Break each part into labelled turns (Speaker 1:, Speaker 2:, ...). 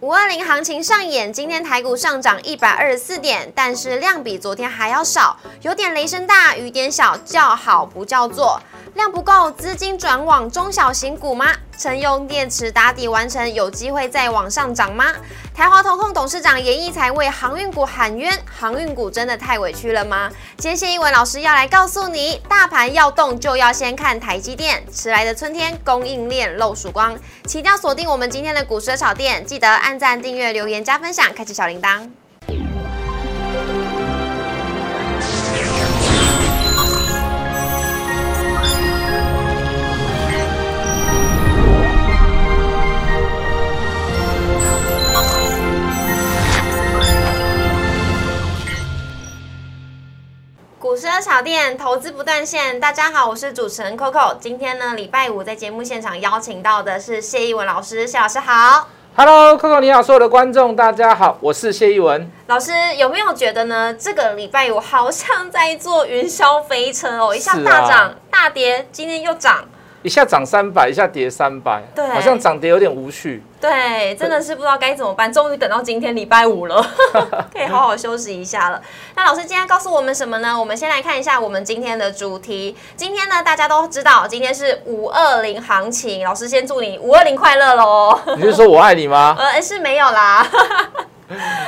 Speaker 1: 五二零行情上演，今天台股上涨一百二十四点，但是量比昨天还要少，有点雷声大雨点小，叫好不叫座。量不够，资金转往中小型股吗？乘用电池打底完成，有机会再往上涨吗？台华投控董事长严义才为航运股喊冤，航运股真的太委屈了吗？今天谢一文老师要来告诉你，大盘要动就要先看台积电，迟来的春天供应链露曙光。请一定要锁定我们今天的股市炒店，记得按赞、订阅、留言、加分享，开启小铃铛。股市的炒店，投资不断线。大家好，我是主持人 Coco。今天呢，礼拜五在节目现场邀请到的是谢一文老师，谢老师好。
Speaker 2: Hello，Coco，你好，所有的观众大家好，我是谢一文。
Speaker 1: 老师有没有觉得呢？这个礼拜五好像在坐云霄飞车哦，一下
Speaker 2: 是啊
Speaker 1: 大涨、大跌，今天又涨，
Speaker 2: 一下涨三百，一下跌三百，
Speaker 1: 对
Speaker 2: 好像涨跌有点无序。
Speaker 1: 对，真的是不知道该怎么办。终于等到今天礼拜五了， 可以好好休息一下了。那老师今天告诉我们什么呢？我们先来看一下我们今天的主题。今天呢，大家都知道今天是五二零行情，老师先祝你五二零快乐喽。
Speaker 2: 你是说我爱你 吗？
Speaker 1: 呃，是没有啦。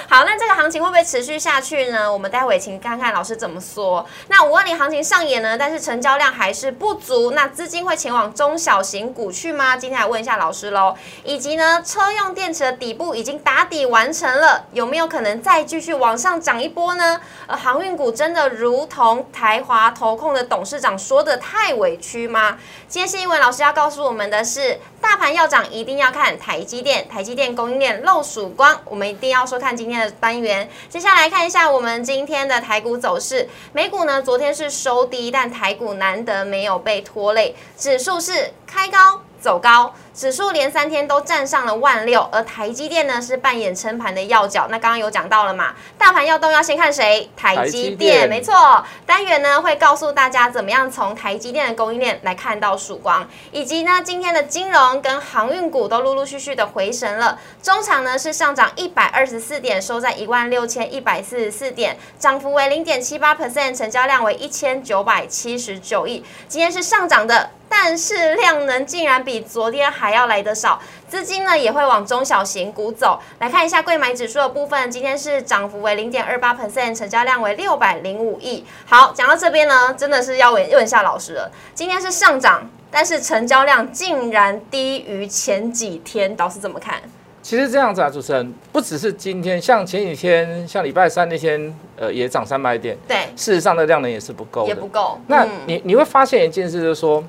Speaker 1: 好，那这个行情会不会持续下去呢？我们待会请看看老师怎么说。那五二零行情上演呢，但是成交量还是不足，那资金会前往中小型股去吗？今天来问一下老师喽。以及呢，车用电池的底部已经打底完成了，有没有可能再继续往上涨一波呢？呃，航运股真的如同台华投控的董事长说的太委屈吗？今天新闻老师要告诉我们的是，大盘要涨一定要看台积电，台积电供应链露曙光，我们一定要收看今天的单元。接下来看一下我们今天的台股走势，美股呢昨天是收低，但台股难得没有被拖累，指数是开高。走高，指数连三天都站上了万六，而台积电呢是扮演撑盘的要角。那刚刚有讲到了嘛，大盘要动要先看谁？台
Speaker 2: 台
Speaker 1: 积
Speaker 2: 积
Speaker 1: 电，
Speaker 2: 电
Speaker 1: 没错。单元呢会告诉大家怎么样从台积电的供应链来看到曙光，以及呢今天的金融跟航运股都陆陆续续的回神了。中场呢是上涨一百二十四点，收在一万六千一百四十四点，涨幅为零点七八 percent，成交量为一千九百七十九亿。今天是上涨的，但是量能竟然比昨天还要来得少，资金呢也会往中小型股走。来看一下贵买指数的部分，今天是涨幅为零点二八 percent，成交量为六百零五亿。好，讲到这边呢，真的是要问问一下老师了，今天是上涨，但是成交量竟然低于前几天，老师怎么看？
Speaker 2: 其实这样子啊，主持人不只是今天，像前几天，像礼拜三那天，呃，也涨三百点。
Speaker 1: 对，
Speaker 2: 事实上的量能也是不够
Speaker 1: 也
Speaker 2: 的
Speaker 1: 不。够。
Speaker 2: 那
Speaker 1: 嗯
Speaker 2: 你你会发现一件事，就是说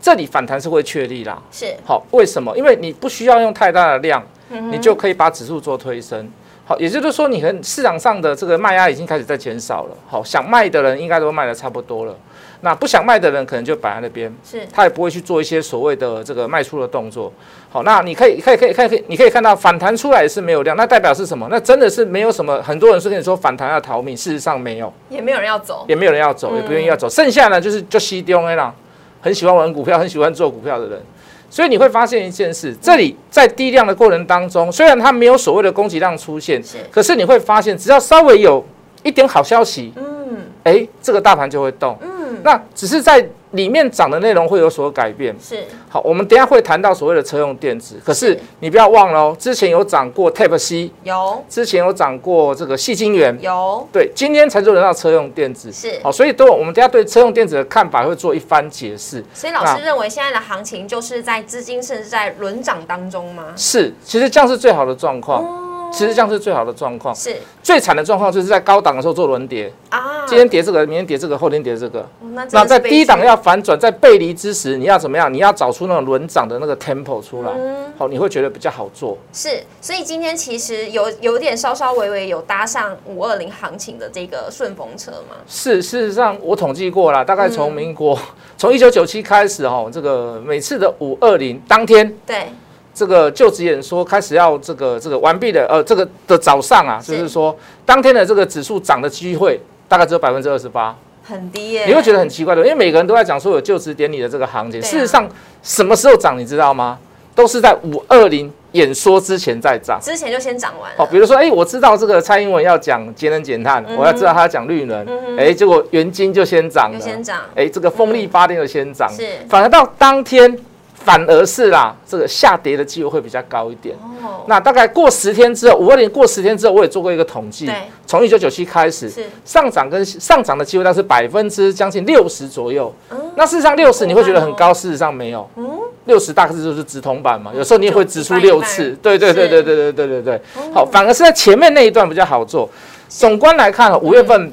Speaker 2: 这里反弹是会确立啦。
Speaker 1: 是
Speaker 2: 好，为什么？因为你不需要用太大的量，你就可以把指数做推升。好，也就是说，你很市场上的这个卖压已经开始在减少了。好，想卖的人应该都卖的差不多了，那不想卖的人可能就摆在那边，
Speaker 1: 是
Speaker 2: 他也不会去做一些所谓的这个卖出的动作。好，那你可以可以可以可以可以，你可以看到反弹出来是没有量，那代表是什么？那真的是没有什么，很多人是跟你说反弹要逃命，事实上没有。
Speaker 1: 也没有人要走，
Speaker 2: 也没有人要
Speaker 1: 嗯
Speaker 2: 走，也不愿意要走。剩下呢，就是就吸丢了啦，很喜欢玩股票，很喜欢做股票的人。所以你会发现一件
Speaker 1: 嗯
Speaker 2: 事，这里在低量的过程当中，虽然它没有所谓的供给量出现
Speaker 1: 是，
Speaker 2: 可是你会发现，只要稍微有一点好消息，
Speaker 1: 嗯
Speaker 2: 哎，这个大盘就会动。
Speaker 1: 嗯，
Speaker 2: 那只是在里面涨的内容会有所改变。
Speaker 1: 是
Speaker 2: 好，我们等一下会谈到所谓的车用电子，可是
Speaker 1: 是
Speaker 2: 你不要忘了哦，之前有涨过 Type C，
Speaker 1: 有
Speaker 2: 之前有涨过这个细晶圆，
Speaker 1: 有
Speaker 2: 对，今天才做得到车用电子，
Speaker 1: 是
Speaker 2: 好，所以等我我们等一下对车用电子的看法会做一番解释。
Speaker 1: 所以老师
Speaker 2: 那
Speaker 1: 认为现在的行情就是在资金甚至在轮涨当中吗？
Speaker 2: 是，其实这样是最好的状
Speaker 1: 哦
Speaker 2: 况，其实这样是最好的状况。
Speaker 1: 是
Speaker 2: 最惨的状况就是在高档的时候做轮跌，
Speaker 1: 啊，
Speaker 2: 今天跌这个，明天跌这个，后天跌这个。
Speaker 1: 哦那真的
Speaker 2: 那
Speaker 1: 是
Speaker 2: 在
Speaker 1: 悲
Speaker 2: 低档
Speaker 1: 剧
Speaker 2: 要反转，在背离之时，你要怎么样？你要找出那种轮涨的那个 tempo 出来，
Speaker 1: 嗯
Speaker 2: 好，你会觉得比较好做。
Speaker 1: 是，所以今天其实有有点稍稍微微有搭上五二零行情的这个顺风车嘛，
Speaker 2: 是，事实上我统计过了，大概
Speaker 1: 嗯
Speaker 2: 从民国从一九九七开始哈，这个每次的五二零当天，
Speaker 1: 对，
Speaker 2: 这个就职演说开始要这个这个完毕的呃这个的早上啊，
Speaker 1: 是
Speaker 2: 就是说当天的这个指数涨的机会大概只有百分之二十八，
Speaker 1: 很低耶、
Speaker 2: 你会觉得很奇怪的，因为每个人都在讲说有就职典礼的这个行情，
Speaker 1: 啊对啊
Speaker 2: 事实上什么时候涨你知道吗？都是在五二零演说之前再涨。
Speaker 1: 之前就先涨完了。嗯
Speaker 2: 哦，比如说，哎、我知道这个蔡英文要讲节能减碳，我要知道他讲绿能，哎、结果原金就先涨了，
Speaker 1: 就先涨嗯
Speaker 2: 哎、这个风力发电就先涨，
Speaker 1: 是
Speaker 2: 反而到当天反而是啦，这个下跌的机会会比较高一点。
Speaker 1: 哦，
Speaker 2: 那大概过十天之后，五二零过十天之后，我也做过一个统计
Speaker 1: 对，
Speaker 2: 从一九九七开始
Speaker 1: 是，
Speaker 2: 上涨跟上涨的机会大概是百分之将近六十左右。
Speaker 1: 嗯
Speaker 2: 那事实上六十你会觉得
Speaker 1: 哦
Speaker 2: 很高，事实上没有，六十大概就是直通版嘛，有时候你也会直出
Speaker 1: 就一半一
Speaker 2: 六
Speaker 1: 半
Speaker 2: 次，对对对
Speaker 1: 是
Speaker 2: 对对对对对对，好，反而是在前面那一段比较好做。总观来看，五月份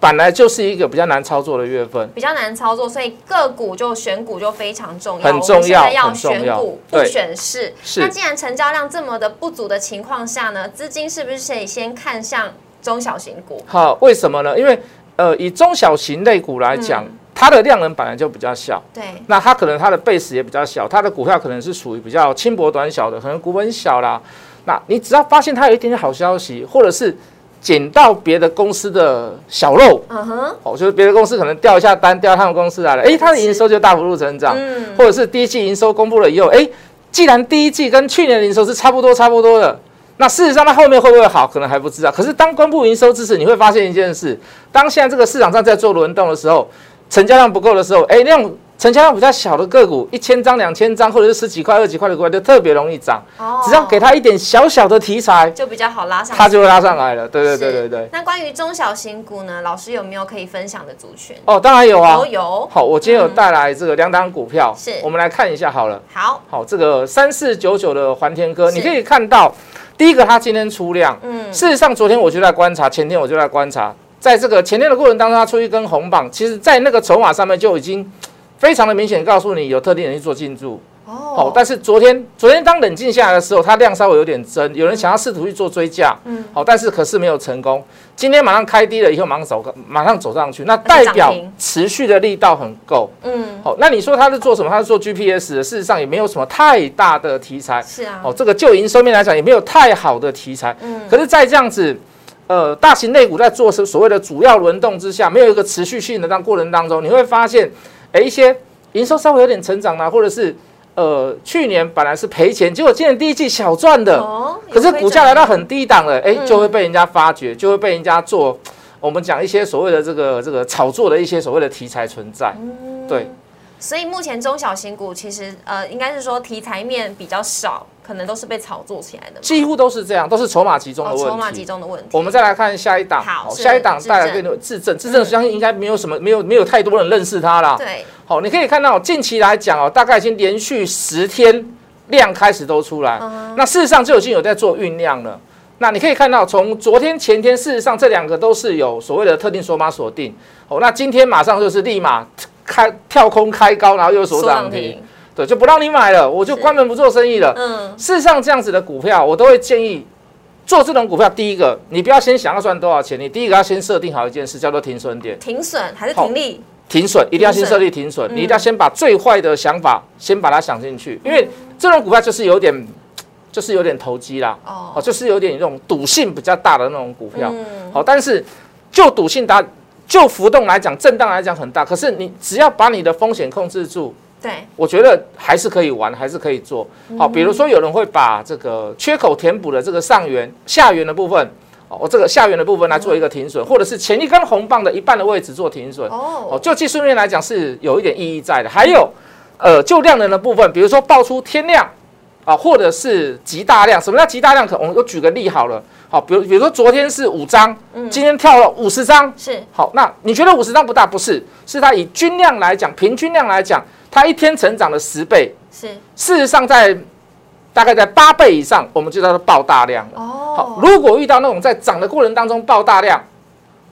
Speaker 2: 本来就是一个比较难操作的月份，
Speaker 1: 比较难操作，所以个股就选股就非常重要。
Speaker 2: 很重要
Speaker 1: 我们现在要
Speaker 2: 很重
Speaker 1: 选
Speaker 2: 要
Speaker 1: 股不
Speaker 2: 对
Speaker 1: 选市。
Speaker 2: 是
Speaker 1: 那既然成交量这么的不足的情况下呢，资金是不是可以先看向中小型股？
Speaker 2: 好，为什么呢？因为呃，以中小型类股来讲，它的量能本来就比较小。
Speaker 1: 对，
Speaker 2: 那它可能它的 base 也比较小，它的股票可能是属于比较轻薄短小的，可能股本小啦。那你只要发现它有一点点好消息，或者是捡到别的公司的小肉，
Speaker 1: 嗯哼，
Speaker 2: 哦，就是别的公司可能调一下单，调他们公司来了，哎，它的营收就大幅度成长，
Speaker 1: 嗯，
Speaker 2: 或者是第一季营收公布了以后，哎，既然第一季跟去年的营收是差不多差不多的，那事实上它后面会不会好，可能还不知道。可是当公布营收之时，你会发现一件事：当现在这个市场上在做轮动的时候，成交量不够的时候，哎，那种成交量比较小的个股，一千张、两千张，或者是十几块、二十几块的股票，就特别容易涨。
Speaker 1: 哦
Speaker 2: 只要给它一点小小的题材，
Speaker 1: 就比较好拉上。
Speaker 2: 它就会拉上来了。对对对对对。
Speaker 1: 那关于中小型股呢，老师有没有可以分享的族群？
Speaker 2: 哦，当然有啊
Speaker 1: 都。有。
Speaker 2: 好，我今天有带来这个两档股票，
Speaker 1: 是
Speaker 2: 我们来看一下好了。
Speaker 1: 好，
Speaker 2: 好，这个三四九九的环天哥，
Speaker 1: 是
Speaker 2: 你可以看到，第一个它今天出量，
Speaker 1: 嗯，
Speaker 2: 事实上昨天我就在观察，前天我就在观察，在这个前天的过程当中，它出一根红棒，其实在那个筹码上面就已经非常的明显告诉你有特定人去做进驻，好，
Speaker 1: 哦，
Speaker 2: 但是昨天昨天当冷静下来的时候，它量稍微有点增，有人想要试图去做追价，
Speaker 1: 嗯
Speaker 2: 好，但是可是没有成功，今天马上开低了以后，马上走马上走上去，那
Speaker 1: 而
Speaker 2: 代
Speaker 1: 且涨
Speaker 2: 表
Speaker 1: 停
Speaker 2: 持续的力道很够，
Speaker 1: 嗯，
Speaker 2: 好，那你说他是做什么？他是做 GPS 的，事实上也没有什么太大的题材。
Speaker 1: 是啊，
Speaker 2: 哦，这个就营收面来讲，也没有太好的题材。
Speaker 1: 嗯
Speaker 2: 可是，在这样子，呃，大型类股在做所所谓的主要轮动之下，没有一个持续性的当过程当中，你会发现，哎，一些营收稍微有点成长啦、啊或者是呃，去年本来是赔钱，结果今年第一季小赚的，
Speaker 1: 哦，嗯
Speaker 2: 可是
Speaker 1: 有
Speaker 2: 股价来到
Speaker 1: 亏
Speaker 2: 很低档了，哎，就会被人家发掘，就会被人家做我们讲一些所谓的这个这个炒作的一些所谓的题材存在。
Speaker 1: 嗯
Speaker 2: 对。
Speaker 1: 损所以目前中小型股其实呃，应该是说题材面比较少，可能都是被炒作起来的嘛，
Speaker 2: 几乎都是这样，都是筹码集中的
Speaker 1: 哦，筹码
Speaker 2: 问
Speaker 1: 集
Speaker 2: 题。
Speaker 1: 中的问题。
Speaker 2: 我们再来看下一档，
Speaker 1: 好是
Speaker 2: 下一档带来
Speaker 1: 智
Speaker 2: 更
Speaker 1: 正
Speaker 2: 多自证，自证相信应该没有什么，没有没有太多人认识它啦。
Speaker 1: 对，
Speaker 2: 好，你可以看到近期来讲哦，大概已经连续十天量开始都出来，
Speaker 1: 嗯
Speaker 2: 那事实上就已经有在做酝酿了。那你可以看到，从昨天、前天，事实上这两个都是有所谓的特定筹码锁定。哦，那今天马上就是立马开跳空开高，然后又锁涨停，，对，就不让你买了，我就是关门不做生意了。
Speaker 1: 嗯，
Speaker 2: 事实上，这样子的股票，我都会建议做这种股票，第一个，你不要先想要赚多少钱，你第一个要先设定好一件事，叫做停损点、
Speaker 1: 停损还是停利？
Speaker 2: 停损，一定要先设立停损，
Speaker 1: 嗯
Speaker 2: 你一定要先把最坏的想法先把它想进去，因为这种股票就是有点，就是有点投机啦，
Speaker 1: 哦，
Speaker 2: 哦，就是有点那种赌性比较大的那种股票，
Speaker 1: 嗯，
Speaker 2: 好，但是就赌性大。就浮动来讲，震荡来讲很大，可是你只要把你的风险控制住，
Speaker 1: 对，
Speaker 2: 我觉得还是可以玩，还是可以做。好，比如说有人会把这个缺口填补的这个上缘、下缘的部分，哦，这个下缘的部分来做一个停损，或者是前一根红棒的一半的位置做停损。哦，
Speaker 1: 哦，
Speaker 2: 就技术面来讲是有一点意义在的。还有，呃，就量能的部分，比如说爆出天量啊，或者是极大量。什么叫极大量？可我们我举个例好了，好，比如比如说昨天是五张，今天跳了五十张，
Speaker 1: 是
Speaker 2: 好，那你觉得五十张不大？不是，是它以均量来讲，平均量来讲，它一天成长了十倍。
Speaker 1: 是，
Speaker 2: 事实上在，大概在八倍以上，我们就叫做爆大量了。好，
Speaker 1: 哦，
Speaker 2: 如果遇到那种在涨的过程当中爆大量，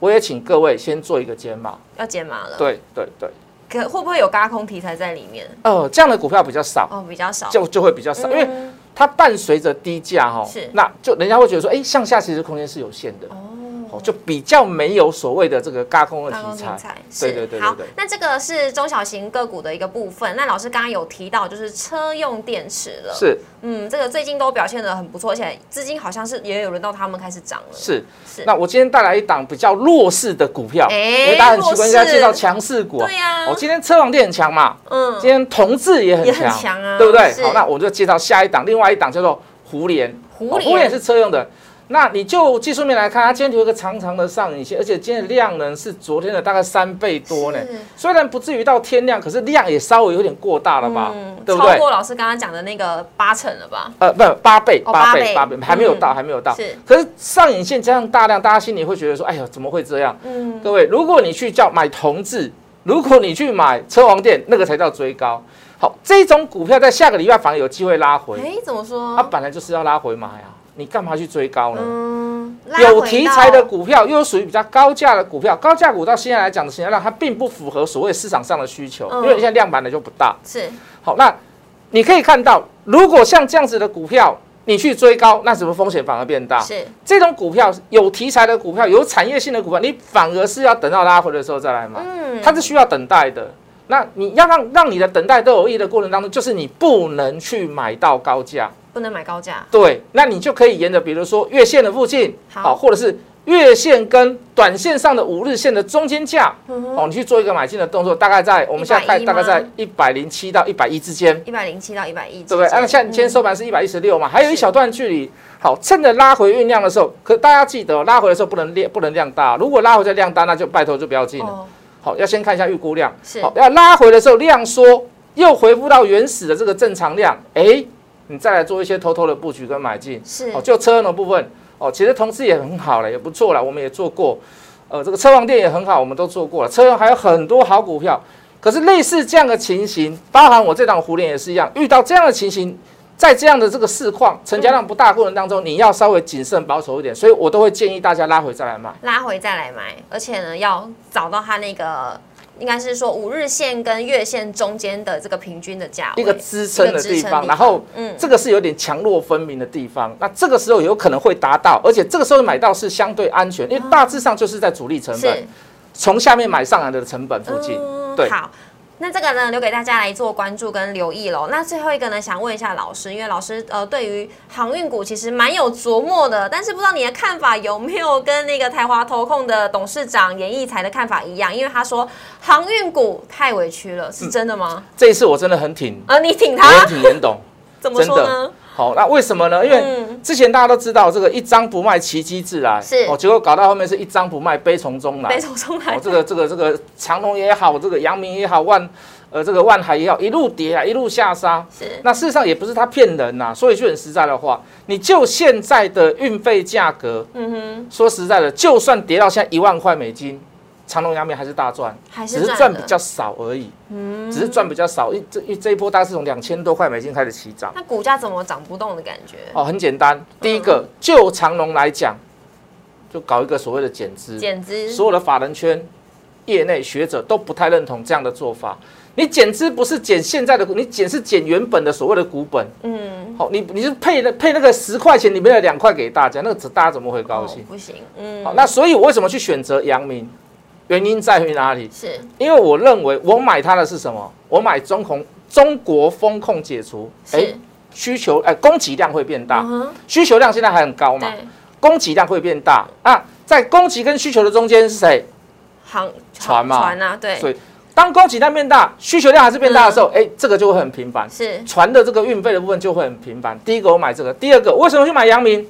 Speaker 2: 我也请各位先做一个减码。
Speaker 1: 要解码了，，
Speaker 2: 对对对，
Speaker 1: 可会不会有嘎空题材在里面？
Speaker 2: 呃，这样的股票比较少，
Speaker 1: 哦，比较少，
Speaker 2: 就就会比较少，因为
Speaker 1: 嗯
Speaker 2: 它伴随着低价哈、
Speaker 1: 是
Speaker 2: 那就人家会觉得说，哎，向下其实空间是有限的。
Speaker 1: 哦，
Speaker 2: 哦，就比较没有所谓的这个嘎空的
Speaker 1: 办公
Speaker 2: 题
Speaker 1: 题
Speaker 2: 材
Speaker 1: 材。
Speaker 2: 对
Speaker 1: 是
Speaker 2: 对对对
Speaker 1: 好
Speaker 2: 对。，
Speaker 1: 那这个是中小型个股的一个部分。那老师刚刚有提到就是车用电池了，
Speaker 2: 是
Speaker 1: 嗯，这个最近都表现的很不错，而且资金好像是也有轮到他们开始涨了。
Speaker 2: 是
Speaker 1: 是
Speaker 2: 那我今天带来一档比较弱势的股票，
Speaker 1: 哎
Speaker 2: 因为大家很习惯
Speaker 1: 弱
Speaker 2: 要
Speaker 1: 势
Speaker 2: 介绍强势股啊。
Speaker 1: 对呀
Speaker 2: 哦，今天车王店很强嘛，
Speaker 1: 嗯，
Speaker 2: 今天同志也很
Speaker 1: 也
Speaker 2: 强，
Speaker 1: 很强啊
Speaker 2: 对不对
Speaker 1: 是？
Speaker 2: 好，那我就介绍下一档，另外一档叫做胡联，哦
Speaker 1: 胡
Speaker 2: 胡联
Speaker 1: 联
Speaker 2: 是车用的。那你就技术面来看，它今天有一个长长的上影线，而且今天的量能是昨天的大概三倍多呢
Speaker 1: 是。
Speaker 2: 虽然不至于到天量，可是量也稍微有点过大了吧，对
Speaker 1: 嗯
Speaker 2: 不
Speaker 1: 超
Speaker 2: 对？
Speaker 1: 过老师刚刚讲的那个八成了吧？
Speaker 2: 呃，不，八倍，
Speaker 1: 哦
Speaker 2: 八
Speaker 1: 八倍
Speaker 2: 倍，八倍，还没有
Speaker 1: 嗯
Speaker 2: 到，还没有到。
Speaker 1: 是
Speaker 2: 可是上影线加上大量，大家心里会觉得说，哎呀，怎么会这样？
Speaker 1: 嗯，
Speaker 2: 各位，如果你去叫买同志，如果你去买车王店，那个才叫追高。好，这种股票在下个礼拜反而有机会拉回，啊
Speaker 1: 哎，怎么说？
Speaker 2: 它本来就是要拉回嘛呀，你干嘛去追高呢？
Speaker 1: 嗯，拉
Speaker 2: 有
Speaker 1: 回
Speaker 2: 题
Speaker 1: 到
Speaker 2: 材的股票，又属于比较高价的股票，高价股到现在来讲的形态量，它并不符合所谓市场上的需求，
Speaker 1: 嗯
Speaker 2: 因为现在量板的就不大。
Speaker 1: 是
Speaker 2: 好，那你可以看到，如果像这样子的股票，你去追高，那什么风险反而变大？
Speaker 1: 是，
Speaker 2: 这种股票有题材的股票，有产业性的股票，你反而是要等到拉回的时候再来买，
Speaker 1: 嗯，
Speaker 2: 它是需要等待的。那你要让让你的等待都有意义的过程当中，就是你不能去买到高价，
Speaker 1: 不能买高价，
Speaker 2: 对，那你就可以沿着比如说月线的附近，
Speaker 1: 好
Speaker 2: 或者是月线跟短线上的五日线的中间价，
Speaker 1: 嗯哼，
Speaker 2: 哦，你去做一个买进的动作，大概在我们现在看
Speaker 1: 110
Speaker 2: 大概在
Speaker 1: 吗
Speaker 2: 一百零七到一百一之间，
Speaker 1: 一百零七到一百一，
Speaker 2: 对不对？啊，那像
Speaker 1: 嗯
Speaker 2: 今天收盘是一百一十六嘛，还有一
Speaker 1: 是
Speaker 2: 小段距离。好，趁着拉回酝酿的时候，可大家记得、哦、拉回的时候不能量不能量大，如果拉回再量大，那就拜托就不要进了。
Speaker 1: 哦，
Speaker 2: 好，要先看一下预估量。
Speaker 1: 是
Speaker 2: 好，要拉回的时候量缩，又回复到原始的这个正常量，哎，你再来做一些偷偷的布局跟买进。
Speaker 1: 是
Speaker 2: 哦，就车用的部分，哦，其实同志也很好了，也不错了，我们也做过，呃，这个车王店也很好，我们都做过了，车用还有很多好股票。可是类似这样的情形，包含我这档胡联也是一样，遇到这样的情形，在这样的这个市况成交量不大的过程当中，你要稍微谨慎保守一点，所以我都会建议大家拉回再来买。
Speaker 1: 拉回再来买，而且呢，要找到它那个应该是说五日线跟月线中间的这个平均的价位，
Speaker 2: 一个支撑的地方，
Speaker 1: 一个支撑
Speaker 2: 然后
Speaker 1: 嗯
Speaker 2: 这个是有点强弱分明的地方，那这个时候有可能会达到，而且这个时候买到是相对安全，因为大致上啊就是在主力成本
Speaker 1: 是
Speaker 2: 从下面买上来的成本附近
Speaker 1: 嗯，
Speaker 2: 对。
Speaker 1: 好。那这个呢，留给大家来做关注跟留意喽。那最后一个呢，想问一下老师，因为老师呃对于航运股其实蛮有琢磨的，但是不知道你的看法有没有跟那个台华投控的董事长严义才的看法一样？因为他说航运股太委屈了，是真的吗？
Speaker 2: 这一次我真的很挺，
Speaker 1: 呃，你挺
Speaker 2: 我很
Speaker 1: 他
Speaker 2: 挺 严董，
Speaker 1: 怎么
Speaker 2: 真
Speaker 1: 说呢
Speaker 2: 的？。好，那为什么呢？因为
Speaker 1: 嗯
Speaker 2: 之前大家都知道这个一张不卖，其机自来，
Speaker 1: 是
Speaker 2: 哦，结果搞到后面是一张不卖，悲从中来，
Speaker 1: 北从中来
Speaker 2: 哦，这个这个这个长隆也好，这个阳明也好，万呃这个万海也好，一路跌啊，一路下杀。
Speaker 1: 是
Speaker 2: 那事实上也不是他骗人呐、说一句很实在的话，你就现在的运费价格，嗯哼，说实在的，就算跌到现在一万块美金，长隆、阳明还是大赚，
Speaker 1: 还是
Speaker 2: 只是
Speaker 1: 赚
Speaker 2: 赚比
Speaker 1: 的
Speaker 2: 较少而已，嗯，只是赚比较少。一这一这一波大概是从两千多块美金开始起涨。
Speaker 1: 那股价怎么涨不动的感觉？
Speaker 2: 哦，很简单，第一个就长隆来讲，就搞一个所谓的减资，
Speaker 1: 简直
Speaker 2: 所有的法人圈、业内学者都不太认同这样的做法。你减资不是减现在的股，你减是减原本的所谓的股本。
Speaker 1: 嗯，
Speaker 2: 好，你你是配那配那个十块钱里面的两块给大家，那个大家怎么会高
Speaker 1: 哦
Speaker 2: 兴？
Speaker 1: 不行，嗯，
Speaker 2: 好，那所以我为什么去选择阳明？原因在于哪里？
Speaker 1: 是
Speaker 2: 因为我认为我买它的是什么？我买中控中国风控解除，
Speaker 1: 是，
Speaker 2: 需求哎、供给量会变大
Speaker 1: 嗯，哼，
Speaker 2: 需求量现在还很高嘛，
Speaker 1: 对，
Speaker 2: 供给量会变大啊，在供给跟需求的中间是谁？
Speaker 1: 航
Speaker 2: 船嘛
Speaker 1: 船啊，对，
Speaker 2: 所以当供给量变大，需求量还是变大的时
Speaker 1: 嗯
Speaker 2: 候，哎，这个就会很频繁，
Speaker 1: 是
Speaker 2: 船的这个运费的部分就会很频繁。第一个我买这个，第二个为什么去买阳明？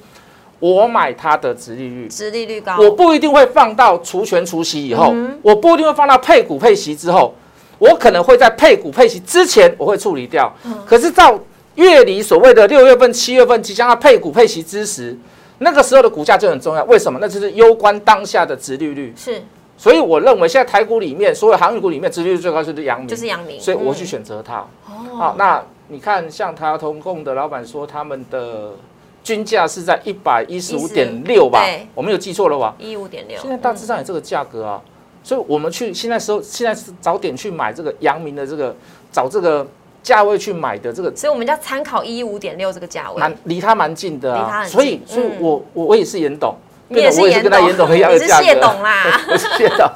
Speaker 2: 我买它的殖利率，
Speaker 1: 殖利率高，
Speaker 2: 我不一定会放到除权除息以后，我不一定会放到配股配息之后，我可能会在配股配息之前我会处理掉。可是到月里所谓的六月份、七月份即将要配股配息之时，那个时候的股价就很重要。为什么？那就是攸关当下的殖利率。
Speaker 1: 是
Speaker 2: 所以我认为现在台股里面所有航运股里面，殖利率最高就是阳明，
Speaker 1: 就是阳明，
Speaker 2: 所以我
Speaker 1: 嗯
Speaker 2: 去选择它。啊
Speaker 1: 哦，，
Speaker 2: 那你看，像台同共的老板说，他们的均价是在一百一十五点六吧
Speaker 1: 对？
Speaker 2: 我没有记错了吧？
Speaker 1: 一五点六，
Speaker 2: 现在大致上有这个价格啊，所以我们去现在时候现在是早点去买这个阳明的这个找这个价位去买的这个
Speaker 1: 嗯，所以我们要参考一五点六这个价位，
Speaker 2: 蛮离它蛮近的
Speaker 1: 离它
Speaker 2: 啊，
Speaker 1: 很
Speaker 2: 所以
Speaker 1: 近
Speaker 2: 所以
Speaker 1: 嗯
Speaker 2: 我我我也是严董，
Speaker 1: 你也
Speaker 2: 变
Speaker 1: 是
Speaker 2: 得我也
Speaker 1: 严
Speaker 2: 是跟他
Speaker 1: 董
Speaker 2: 严董一样
Speaker 1: 你
Speaker 2: 的
Speaker 1: 是
Speaker 2: 价格，啊
Speaker 1: 谢董啦
Speaker 2: 我是谢董。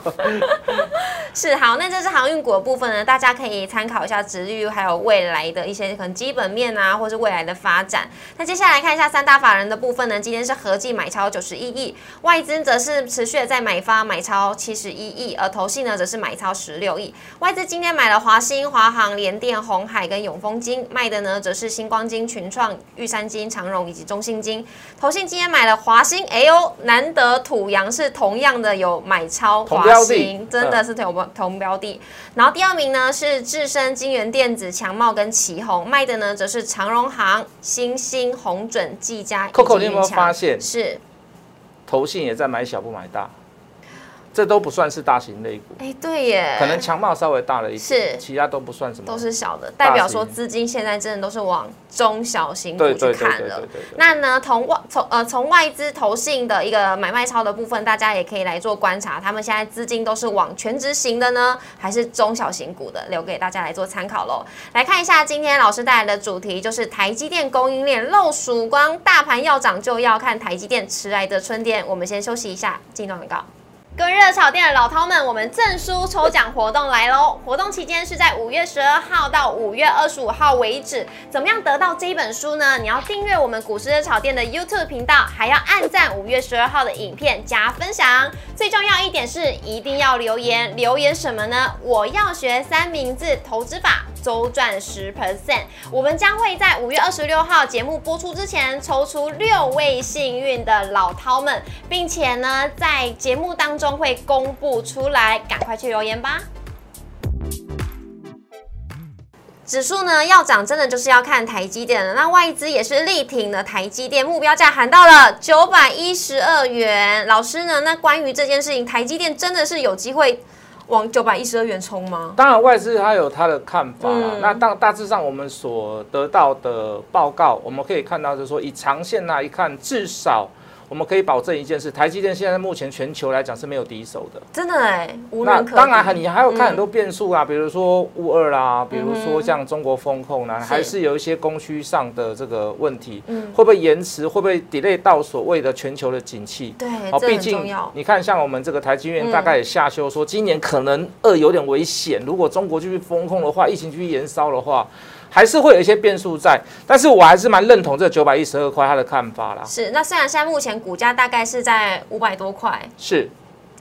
Speaker 1: 是好，那这是航运股的部分呢，大家可以参考一下值率，还有未来的一些可能基本面啊，或是未来的发展。那接下来看一下三大法人的部分呢，今天是合计买超九十一亿，外资则是持续的在买发买超七十一亿，而投信呢则是买超十六亿。外资今天买了华兴、华航、联电、红海跟永丰金，卖的呢则是星光金、群创、玉山金、长荣以及中信金。投信今天买了华兴，哎呦，难得土洋是同样的有买超
Speaker 2: 同
Speaker 1: 华
Speaker 2: 标的
Speaker 1: 兴，真
Speaker 2: 嗯
Speaker 1: 的是同标同标的。然后第二名呢是智深、金源电子、强茂跟旗宏，卖的呢则是长荣行、新兴、红准、技嘉。以及
Speaker 2: Coco，你有没有
Speaker 1: 云强
Speaker 2: 发现
Speaker 1: 是，
Speaker 2: 投信也在买小不买大，这都不算是大型类股，
Speaker 1: 哎，对耶，
Speaker 2: 可能强茂稍微大了一点，
Speaker 1: 是
Speaker 2: 其他都不算什么，
Speaker 1: 都是小的，
Speaker 2: 大
Speaker 1: 代表说
Speaker 2: 型
Speaker 1: 资金现在真的都是往中小型股
Speaker 2: 对
Speaker 1: 去
Speaker 2: 对对对
Speaker 1: 看
Speaker 2: 对
Speaker 1: 了
Speaker 2: 对。对。
Speaker 1: 那呢，从外从呃从外资投信的一个买卖超的部分，大家也可以来做观察，他们现在资金都是往全职型的呢，还是中小型股的，留给大家来做参考喽。来看一下今天老师带来的主题，就是台积电供应链露曙光，大盘要涨就要看台积电迟来的春天。我们先休息一下，进段广告。各位热炒店的老饕们，我们证书抽奖活动来喽！活动期间是在五月十二号到五月二十五号为止。怎么样得到这一本书呢？你要订阅我们股市热炒店的 YouTube 频道，还要按赞五月十二号的影片加分享。最重要一点是，一定要留言，留言什么呢？我要学三明治投资法，周赚十 percent。我们将会在五月二十六号节目播出之前，抽出六位幸运的老饕们，并且呢，在节目当中会公布出来，赶快去留言吧。指数呢要涨，真的就是要看台积电了。那外资也是力挺了台积电，目标价喊到了九百一十二元。老师呢，那关于这件事情，台积电真的是有机会往九百一十二元冲吗？
Speaker 2: 当然，外资它有它的看法啦。
Speaker 1: 嗯
Speaker 2: 那大大致上，我们所得到的报告，我们可以看到，就是说以长线来看，至少我们可以保证一件事：台积电现在目前全球来讲是没有敌手的。
Speaker 1: 真的哎、无
Speaker 2: 那
Speaker 1: 人可嗯
Speaker 2: 当然，还
Speaker 1: 敌
Speaker 2: 你还要看很多变数啊，比如说乌二啦，比如说像中国风控啦，
Speaker 1: 是
Speaker 2: 还是有一些供需上的这个问题，
Speaker 1: 嗯
Speaker 2: 会不会延迟，会不会 delay 到所谓的全球的景气？
Speaker 1: 对，
Speaker 2: 好，
Speaker 1: 哎这
Speaker 2: 毕
Speaker 1: 很重
Speaker 2: 竟
Speaker 1: 要。嗯
Speaker 2: 你看，像我们这个台积电大概也下修说，今年可能二有点危险。如果中国继续封控的话，疫情继续延烧的话，还是会有一些变数在。但是我还是蛮认同这九百一十二块他的看法啦。
Speaker 1: 是，那虽然现在目前股价大概是在五百多块，
Speaker 2: 是，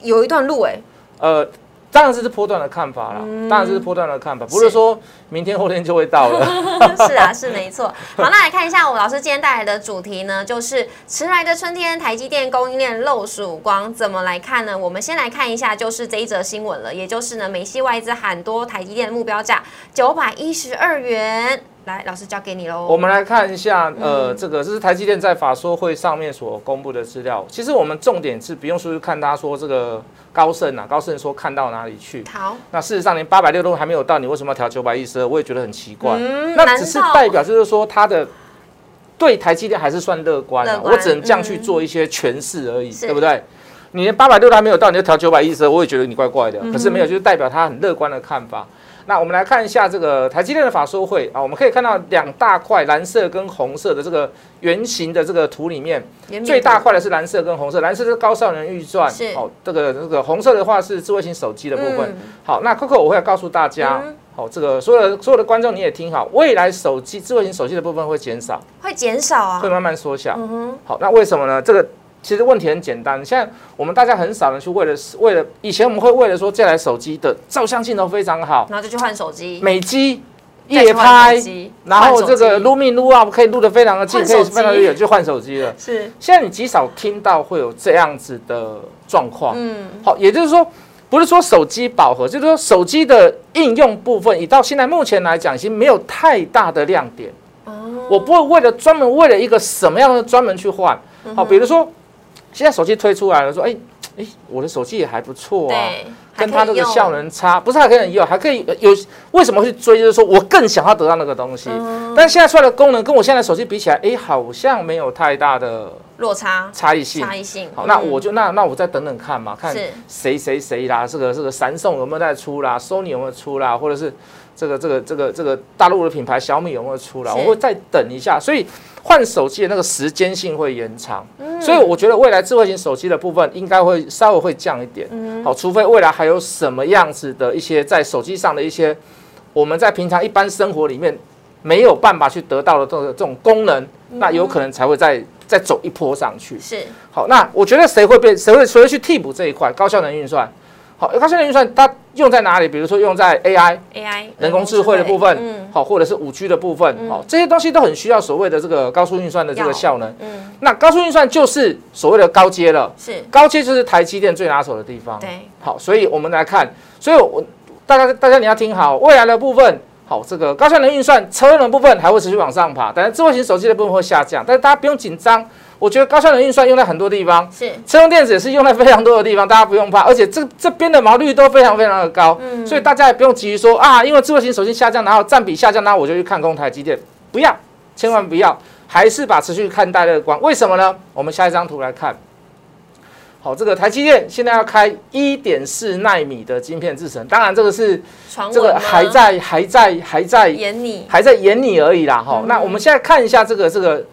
Speaker 1: 有一段路哎、
Speaker 2: 呃，当然这是波段的看法啦，
Speaker 1: 嗯
Speaker 2: 当然这是波段的看法，不是说明天后天就会到了。
Speaker 1: 是啊，是没错。好，那来看一下我老师今天带来的主题呢，就是迟来的春天，台积电供应链露曙光，怎么来看呢？我们先来看一下，就是这一则新闻了，也就是呢，美系外资喊多台积电的目标价九百一十二元。来，老师交给你喽。
Speaker 2: 我们来看一下，呃，这个这是台积电在法说会上面所公布的资料。其实我们重点是不用说去看他说这个高盛啊，高盛说看到哪里去。
Speaker 1: 好，
Speaker 2: 那事实上，连八百六都还没有到，你为什么要调九百一十二？我也觉得很奇怪。
Speaker 1: 嗯
Speaker 2: 那只是
Speaker 1: 难道
Speaker 2: 代表就是说，它的对台积电还是算乐观的、啊
Speaker 1: 乐观嗯
Speaker 2: 我只能这样去做一些诠释而已，
Speaker 1: 是
Speaker 2: 对不对？你连八百六都还没有到，你就调九百一十二，我也觉得你怪怪的。可是没有，
Speaker 1: 嗯
Speaker 2: 就是代表他很乐观的看法。那我们来看一下这个台积电的法说会啊，我们可以看到两大块蓝色跟红色的这个圆形的这个图里面，
Speaker 1: 原
Speaker 2: 最
Speaker 1: 本
Speaker 2: 大块的是蓝色跟红色，蓝色是高效能预算
Speaker 1: 是，
Speaker 2: 哦，这个这个红色的话是智慧型手机的部分。
Speaker 1: 嗯
Speaker 2: 好，那 Coco 我会告诉大家
Speaker 1: 嗯，
Speaker 2: 好，这个所有的所有的观众你也听好，未来手机智慧型手机的部分会减少，
Speaker 1: 会减少啊
Speaker 2: 会。慢慢缩小。
Speaker 1: 嗯哼，
Speaker 2: 好，那为什么呢？这个其实问题很简单，现在我们大家很少人去为了为了以前我们会为了说这台手机的照相镜头非常好，
Speaker 1: 然后就去换手机，
Speaker 2: 美肌
Speaker 1: 嗯再去
Speaker 2: 夜
Speaker 1: 换
Speaker 2: 拍
Speaker 1: 手，机
Speaker 2: 然后这
Speaker 1: 换手
Speaker 2: 个
Speaker 1: 机
Speaker 2: 撸命撸啊，可以撸得非常的近，
Speaker 1: 换
Speaker 2: 可以
Speaker 1: 手机
Speaker 2: 非常的远，就换手机了。
Speaker 1: 是
Speaker 2: 现在你极少听到会有这样子的状况。
Speaker 1: 嗯，
Speaker 2: 好，也就是说，不是说手机饱和，就是说手机的应用部分，以到现在目前来讲，已经没有太大的亮点。
Speaker 1: 哦
Speaker 2: 我不会为了专门为了一个什么样的专门去换。
Speaker 1: 嗯
Speaker 2: 好，比如说现在手机推出来了，说，哎哎，我的手机也还不错啊。
Speaker 1: 对，
Speaker 2: 跟它这个效能差，不是还可以很有，还可以呃有为什么去追？就是说我更想要得到那个东西，
Speaker 1: 嗯
Speaker 2: 但现在出来的功能跟我现在手机比起来，哎，好像没有太大的
Speaker 1: 落差
Speaker 2: 差异性。
Speaker 1: 差异性。
Speaker 2: 好，那
Speaker 1: 嗯
Speaker 2: 我就那那我再等等看嘛，看
Speaker 1: 是
Speaker 2: 谁谁谁啦，这个这个三送有没有在出啦，Sony 有没有出啦，或者是这个这个这个这个大陆的品牌小米有没有出啦，
Speaker 1: 是
Speaker 2: 我会再等一下，所以换手机的那个时间性会延长，
Speaker 1: 嗯
Speaker 2: 所以我觉得未来智慧型手机的部分应该会稍微会降一点，
Speaker 1: 嗯
Speaker 2: 好，除非未来还有什么样子的一些在手机上的一些我们在平常一般生活里面没有办法去得到的这种这种功能，
Speaker 1: 嗯
Speaker 2: 那有可能才会再再走一波上去。
Speaker 1: 是
Speaker 2: 好，那我觉得谁会被谁会谁会去替补这一块高效能运算？好，高效能运算它用在哪里？比如说用在 AI
Speaker 1: AI
Speaker 2: 人工智慧的嗯部分
Speaker 1: 嗯，
Speaker 2: 好，或者是五 G 的部分，好，这些东西都很需要所谓的这个高速运算的这
Speaker 1: 要
Speaker 2: 个效能。
Speaker 1: 嗯，
Speaker 2: 那高速运算就是所谓的高阶了，
Speaker 1: 是
Speaker 2: 高阶就是台积电最拿手的地方。
Speaker 1: 对，
Speaker 2: 好，所以我们来看，所以我大家大家你要听好，未来的部分，好，这个高效能运算车用的部分还会持续往上爬，但是智慧型手机的部分会下降，但是大家不用紧张，我觉得高效能运算用在很多地方。
Speaker 1: 是
Speaker 2: 车用电子也是用在非常多的地方，大家不用怕，而且这这边的毛利率都非常非常的高，所以大家也不用急于说啊，因为智慧型手机下降，然后占比下降，那我就去看空台积电，不要，千万不要，还是把持续看待乐观。为什么呢？我们下一张图来看。好，这个台积电现在要开一点四纳米的晶片制程，当然这个是
Speaker 1: 传闻
Speaker 2: 这个
Speaker 1: 吗
Speaker 2: 还在还在还在
Speaker 1: 演你
Speaker 2: 还在演你而已啦，哈、
Speaker 1: 嗯
Speaker 2: 那我们现在看一下这个这个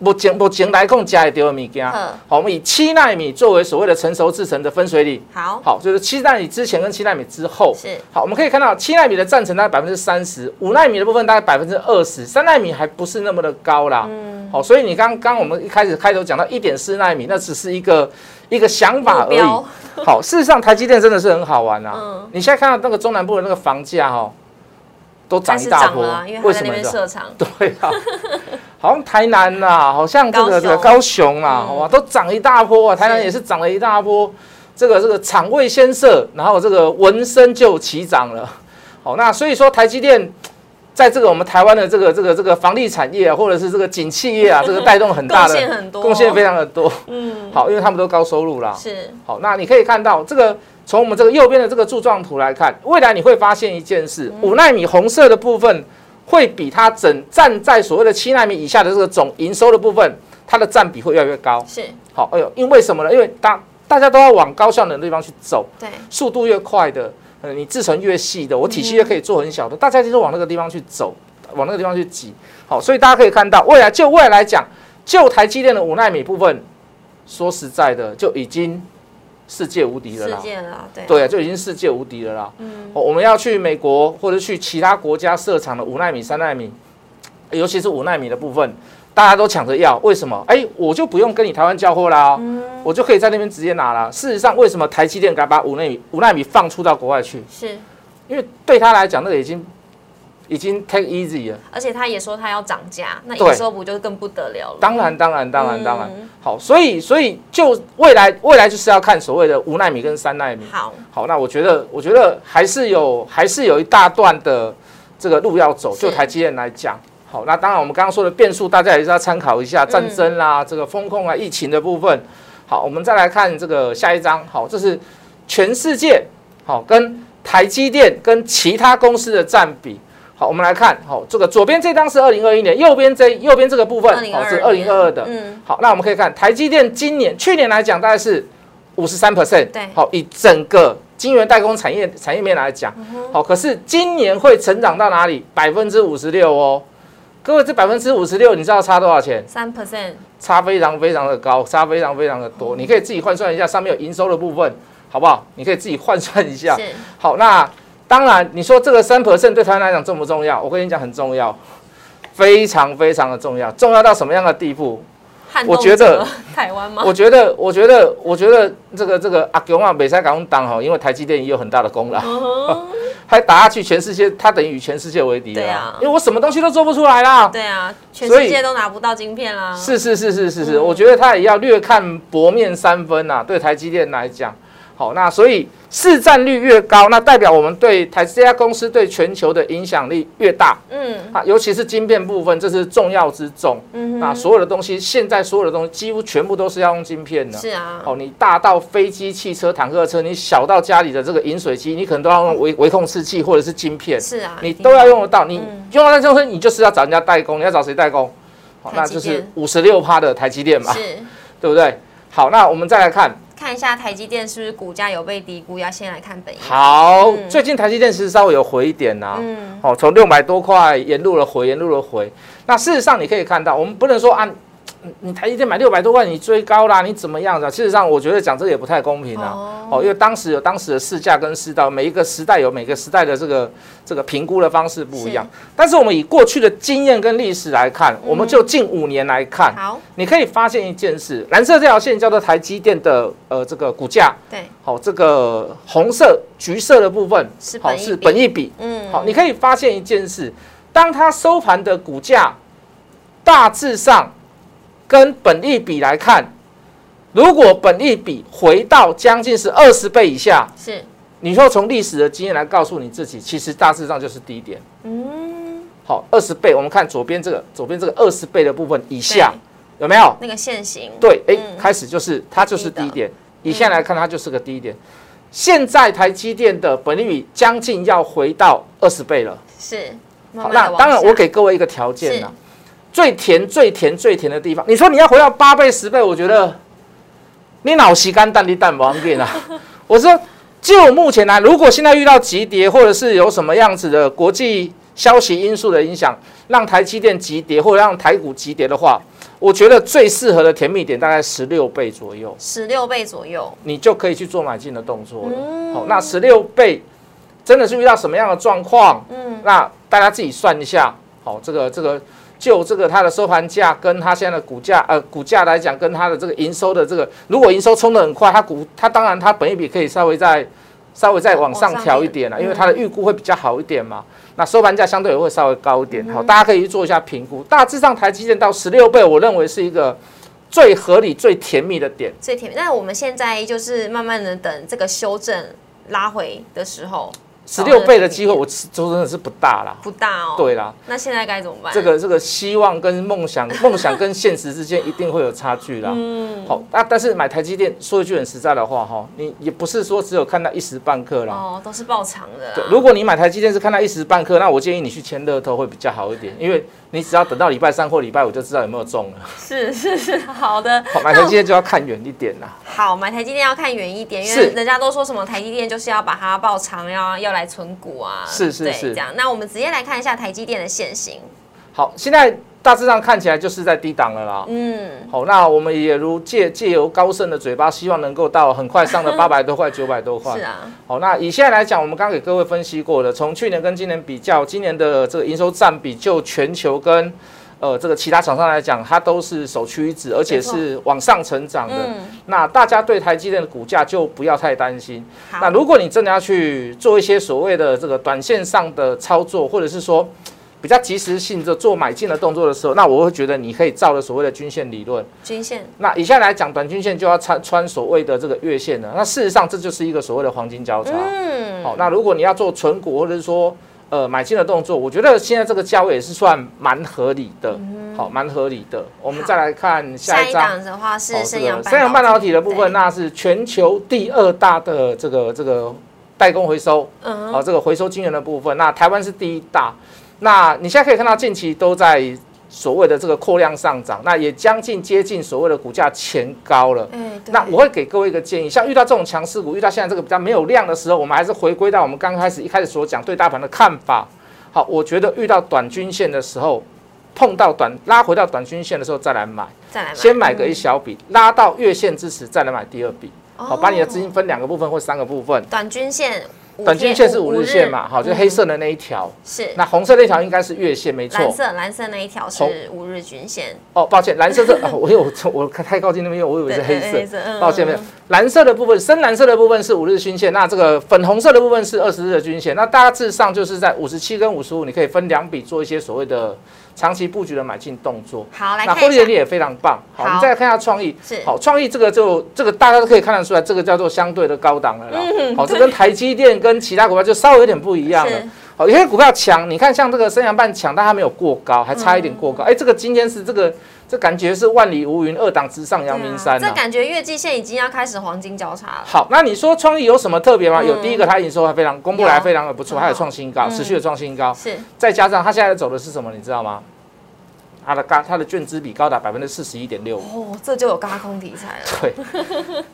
Speaker 2: 目前目前来讲加的丢的物件，
Speaker 1: 嗯
Speaker 2: 好，我们以七纳米作为所谓的成熟制程的分水岭，
Speaker 1: 好
Speaker 2: 好，就是七纳米之前跟七纳米之后。
Speaker 1: 哦是
Speaker 2: 好，我们可以看到七纳米的占成大概百分之三十，五纳米的部分大概百分之二十，三纳米还不是那么的高啦。嗯，好，所以你刚刚我们一开始开头讲到一点四纳米，那只是一个一个想法
Speaker 1: 目
Speaker 2: 而已。
Speaker 1: 标
Speaker 2: 好，事实上台积电真的是很好玩啊。
Speaker 1: 嗯
Speaker 2: 你现在看到那个中南部的那个房价哦，都涨
Speaker 1: 但
Speaker 2: 一
Speaker 1: 是
Speaker 2: 大
Speaker 1: 涨
Speaker 2: 波
Speaker 1: 了啊，因，为他
Speaker 2: 为什
Speaker 1: 在那
Speaker 2: 么
Speaker 1: 边
Speaker 2: 呢？
Speaker 1: 设厂，
Speaker 2: 对啊，好像台南呐、好像这个这个
Speaker 1: 高嗯
Speaker 2: 高雄啊，哇，都涨一大波啊，台南也是涨了一大波。这个这个厂位先设，然后这个闻声就起涨了。好，那所以说台积电。在这个我们台湾的这个这个这个房地产业啊，或者是这个景气业 啊，这个带动很大的
Speaker 1: 贡献很多
Speaker 2: 贡献非常的多。
Speaker 1: 嗯，
Speaker 2: 好，因为他们都高收入啦。
Speaker 1: 是
Speaker 2: 好，那你可以看到这个，从我们这个右边的这个柱状图来看，未来你会发现一件事：五纳米红色的部分会比它整站在所谓的七纳米以下的这个总营收的部分，它的占比会越来越高。
Speaker 1: 是，
Speaker 2: 好，哎呦，因为什么呢？因为大大家都要往高效能的地方去走，
Speaker 1: 对，
Speaker 2: 速度越快的，呃，你制程越细的，我体系越可以做很小的，大家就是往那个地方去走，往那个地方去挤。好，所以大家可以看到，未来就未来来讲，就台积电的五纳米部分，说实在的，就已经世界无敌了
Speaker 1: 世
Speaker 2: 啦。
Speaker 1: 界了啊，对，
Speaker 2: 对啊，就已经世界无敌了啦。嗯、我们要去美国或者去其他国家设厂的五纳米、三纳米，尤其是五纳米的部分，大家都抢着要。为什么？哎，我就不用跟你台湾交货啦、我就可以在那边直接拿啦。事实上，为什么台积电敢把五纳米、五纳米放出到国外去？
Speaker 1: 是，
Speaker 2: 因为对他来讲，那个已经已经 take easy 了。
Speaker 1: 而且他也说他要涨价，那
Speaker 2: 对
Speaker 1: 营收不就更不得了了？
Speaker 2: 当然，当然，当然，当然
Speaker 1: 嗯。
Speaker 2: 好，所以，所以就未来，未来就是要看所谓的五纳米跟三纳米。
Speaker 1: 嗯好，
Speaker 2: 好，那我觉得，我觉得还是有，还是有一大段的这个路要走。
Speaker 1: 是
Speaker 2: 就台积电来讲，好，那当然我们刚刚说的变数，大家也是要参考一下战争啦、这个风控啊、疫情的部分。好，我们再来看这个下一章。好，这是全世界好跟台积电跟其他公司的占比。好，我们来看，好，这个左边这张是二零二一年，右边这右边这个部分，好哦是二
Speaker 1: 2022
Speaker 2: 零二二的。
Speaker 1: 嗯，
Speaker 2: 好，那我们可以看台积电今年去年来讲大概是五十三 percent，
Speaker 1: 对
Speaker 2: 好，以整个晶圆代工产业产业面来讲，
Speaker 1: 嗯
Speaker 2: 好，可是今年会成长到哪里？百分之五十六哦，各位这百分之五十六，你知道差多少钱？
Speaker 1: 三 percent
Speaker 2: 差非常非常的高，差非常非常的
Speaker 1: 嗯
Speaker 2: 多，你可以自己换算一下，上面有营收的部分，好不好？你可以自己换算一下。
Speaker 1: 是
Speaker 2: 好，那当然，你说这个三 percent 对台湾来讲重不重要？我跟你讲很重要，非常非常的重要，重要到什么样的地步？
Speaker 1: 撼
Speaker 2: 我
Speaker 1: 动
Speaker 2: 觉得
Speaker 1: 整个 台湾吗？
Speaker 2: 我觉得，我觉得，我觉得这个这个阿勇啊，北塞港当哈，因为台积电也有很大的功劳，
Speaker 1: 哦，
Speaker 2: 还打下去全世界，他等于与全世界为敌
Speaker 1: 对
Speaker 2: 了
Speaker 1: 啊
Speaker 2: 啊，因为我什么东西都做不出来啦。
Speaker 1: 对啊，全
Speaker 2: 所
Speaker 1: 世
Speaker 2: 以
Speaker 1: 界都拿不到晶片啦。嗯
Speaker 2: 啊是是是是是是，我觉得他也要略看薄面三分呐、啊，对台积电来讲。好，那所以市占率越高，那代表我们对台积电公司对全球的影响力越大
Speaker 1: 嗯
Speaker 2: 啊，尤其是晶片部分，这是重要之重。
Speaker 1: 嗯
Speaker 2: 那所有的东西，现在所有的东西几乎全部都是要用晶片的
Speaker 1: 哼，。是啊，
Speaker 2: 哦，你大到飞机、汽车、坦克车，你小到家里的这个饮水机，你可能都要用微微控制器或者是晶片，
Speaker 1: 是啊，
Speaker 2: 你
Speaker 1: 一定
Speaker 2: 都要用得到。你
Speaker 1: 嗯
Speaker 2: 用到这东西，你就是要找人家代工，你要找谁代工？好，那
Speaker 1: 台积
Speaker 2: 就
Speaker 1: 电
Speaker 2: 是五十六趴的台积电嘛，
Speaker 1: 是。
Speaker 2: 对不对？好，那我们再来看，
Speaker 1: 看一下台积电是不是股价有被低估？要先来看本益。
Speaker 2: 好，最近台积电其实稍微有回一点呐、
Speaker 1: 嗯，
Speaker 2: 哦，从六百多块沿路了回，沿路了回。那事实上你可以看到，我们不能说啊，你你台积电买六百多块，你追高啦，你怎么样的？事实上，我觉得讲这个也不太公平啊。哦，因为当时有当时的市价跟市道，每一个时代有每个时代的这个这个评估的方式不一样。但是我们以过去的经验跟历史来看，我们就近五年来看，
Speaker 1: 好，
Speaker 2: 你可以发现一件事：蓝色这条线叫做台积电的呃这个股价，
Speaker 1: 对，
Speaker 2: 好、这个红色、橘色的部分
Speaker 1: 是
Speaker 2: 好、
Speaker 1: 本益
Speaker 2: 是
Speaker 1: 比
Speaker 2: 本益比。
Speaker 1: 嗯，
Speaker 2: 好，你可以发现一件事，当它收盘的股价大致上跟本益比来看，如果本益比回到将近是二十倍以下，
Speaker 1: 是，
Speaker 2: 你说从历史的经验来告诉你自己，其实大致上就是低点。
Speaker 1: 嗯，
Speaker 2: 好，二十倍，我们看左边这个，左边这个二十倍的部分以下有没有？
Speaker 1: 那个现行，
Speaker 2: 对，哎，
Speaker 1: 嗯
Speaker 2: 开始就是它就是
Speaker 1: 低的嗯
Speaker 2: 低点，以现在来看它就是个低点。现在台积电的本利比将近要回到二十倍了。
Speaker 1: 是。慢
Speaker 2: 好，
Speaker 1: 慢地
Speaker 2: 那
Speaker 1: 往
Speaker 2: 当然，
Speaker 1: 下
Speaker 2: 我给各位一个条件
Speaker 1: 是
Speaker 2: 啦，最甜、最甜、最甜的地方，你说你要回到八倍、十倍，我觉得你脑洗干蛋的蛋不方 便啊。我说，就目前来，如果现在遇到急跌，或者是有什么样子的国际消息因素的影响，让台积电急跌或者让台股急跌的话，我觉得最适合的甜蜜点大概十六倍左右。
Speaker 1: 十六倍左右，
Speaker 2: 你就可以去做买进的动作了。
Speaker 1: 嗯
Speaker 2: 好，那十六倍真的是遇到什么样的状况？嗯，那大家自己算一下。好，这个这个就这个它的收盘价跟它现在的股价呃股价来讲，跟它的这个营收的这个，如果营收冲得很快，它股它当然它本益比可以稍微再稍微再往上调一点了、
Speaker 1: 往上一点
Speaker 2: 因为它的预估会比较好一点嘛。那收盘价相对也会稍微高一
Speaker 1: 嗯
Speaker 2: 点，好，大家可以去做一下评估。大致上，台积电到十六倍，我认为是一个最合理、最甜蜜的点。
Speaker 1: 最甜蜜。那我们现在就是慢慢的等这个修正拉回的时候，
Speaker 2: 十六倍的机会，
Speaker 1: 哦
Speaker 2: 我是说真的是不大啦。
Speaker 1: 不大哦。，
Speaker 2: 对啦，
Speaker 1: 那现在该怎么办？
Speaker 2: 这个这个希望跟梦想，梦想跟现实之间一定会有差距啦。嗯，好，那但是买台积电，说一句很实在的话哈，你也不是说只有看到一时半刻啦。
Speaker 1: 哦，都是爆长的
Speaker 2: 对
Speaker 1: 啦。，
Speaker 2: 如果你买台积电是看到一时半刻，那我建议你去签乐透会比较好一点，因为你只要等到礼拜三或礼拜五就知道有没有中了。
Speaker 1: 是是是，好的。
Speaker 2: 好，买台积电就要看远一点啦。
Speaker 1: 好，买台积电要看远一点，因
Speaker 2: 是
Speaker 1: 为人家都说什么台积电就是要把它爆长，要要来存股啊，
Speaker 2: 是是
Speaker 1: 对
Speaker 2: 是
Speaker 1: 这样。那我们直接来看一下台积电的现形，
Speaker 2: 好，现在大致上看起来就是在低档了啦。
Speaker 1: 嗯，
Speaker 2: 好，那我们也如借借由高盛的嘴巴，希望能够到很 快上的八百多块、九百多块。
Speaker 1: 是啊，
Speaker 2: 好，那以现在来讲，我们刚刚给各位分析过了，从去年跟今年比较，今年的这个营收占比，就全球跟呃这个其他厂商来讲，它都是首屈一指，而且是往上成长的。
Speaker 1: 嗯，
Speaker 2: 那大家对台积电的股价就不要太担心。
Speaker 1: 好
Speaker 2: 那如果你真的要去做一些所谓的这个短线上的操作，或者是说比较及时性的做买进的动作的时候，那我会觉得你可以照着所谓的均线理论。
Speaker 1: 均线
Speaker 2: 那以下来讲，短均线就要穿穿所谓的这个月线了。那事实上，这就是一个所谓的黄金交叉。嗯，好，那如果你要做存股或者是说呃买进的动作，我觉得现在这个价位也是算蛮合理的。好，蛮合理的。我们再来看嗯下
Speaker 1: 下
Speaker 2: 一
Speaker 1: 一
Speaker 2: 张。
Speaker 1: 档的话
Speaker 2: 哦
Speaker 1: 是
Speaker 2: 这
Speaker 1: 升
Speaker 2: 个
Speaker 1: 阳
Speaker 2: 三洋半导体的部分，
Speaker 1: 对
Speaker 2: 那是全球第二大的这个这个代工回收，嗯，哦，这个回收晶圆的部分，那台湾是第一大。那你现在可以看到近期都在所谓的这个扩量上涨，那也将近接近所谓的股价前高了。
Speaker 1: 哎，对
Speaker 2: 那我会给各位一个建议，像遇到这种强势股，遇到现在这个比较没有量的时候，我们还是回归到我们刚开始一开始所讲对大盘的看法。好，我觉得遇到短均线的时候，碰到短拉回到短均线的时候再来买。
Speaker 1: 再来买
Speaker 2: 先买个一小笔，拉到月线支持再来买第二笔，
Speaker 1: 哦
Speaker 2: 好，把你的资金分两个部分或三个部分。
Speaker 1: 短均线五天，
Speaker 2: 短均线是五日线嘛，好，就黑色的那一条，
Speaker 1: 嗯是
Speaker 2: 那红色那条应该是月线，没
Speaker 1: 蓝
Speaker 2: 错。
Speaker 1: 色蓝色那一条是五日均线，
Speaker 2: 哦，抱歉，蓝色是，哦 我有我太靠近那边，我以为是
Speaker 1: 对对
Speaker 2: 黑
Speaker 1: 对黑色
Speaker 2: 色，
Speaker 1: 嗯
Speaker 2: 抱歉，没有。蓝色的部分，深蓝色的部分是五日均线，那这个粉红色的部分是二十日的均线，那大致上就是在五十七跟五十五，你可以分两笔做一些所谓的长期布局的买进动作。
Speaker 1: 好，来
Speaker 2: 那
Speaker 1: 看
Speaker 2: 获
Speaker 1: 一
Speaker 2: 利能
Speaker 1: 下
Speaker 2: 力，也非常棒。好，
Speaker 1: 好
Speaker 2: 我们再来看一下创意
Speaker 1: 是。
Speaker 2: 好，创意这个就这个大家都可以看得出来，这个叫做相对的高档了啦
Speaker 1: 嗯。
Speaker 2: 好，这跟台积电跟其他股票就稍微有点不一样了
Speaker 1: 是。
Speaker 2: 好，有些股票强，你看像这个升阳半强，但它没有过高，还差一点
Speaker 1: 嗯
Speaker 2: 过高。哎，这个今天是这个，这感觉是万里无云，二档直上阳明山
Speaker 1: 对啊这。
Speaker 2: 了
Speaker 1: 感觉月季线已经要开始黄金交叉了。
Speaker 2: 好，那你说创意有什么特别吗？有
Speaker 1: 嗯
Speaker 2: 第一个，它营收还非常，公布来
Speaker 1: 有
Speaker 2: 非常的不错，
Speaker 1: 很
Speaker 2: 还有
Speaker 1: 好
Speaker 2: 创新高，持续的创新高。
Speaker 1: 是，
Speaker 2: 再加上它现在走的是什么，你知道吗？它的高，它的券资比高达百分之四十一点六五。
Speaker 1: 哦，这就有高空题材了。
Speaker 2: 对，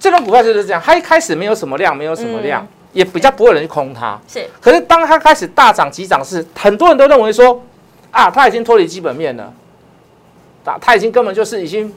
Speaker 2: 这种股票就是这样，它一开始没有什么量，没有什么
Speaker 1: 嗯
Speaker 2: 量，也比较不会有人去空它。
Speaker 1: 是，
Speaker 2: 可是当它开始大涨急涨时，很多人都认为说，啊，它已经脱离基本面了，啊它它已经根本就是已经。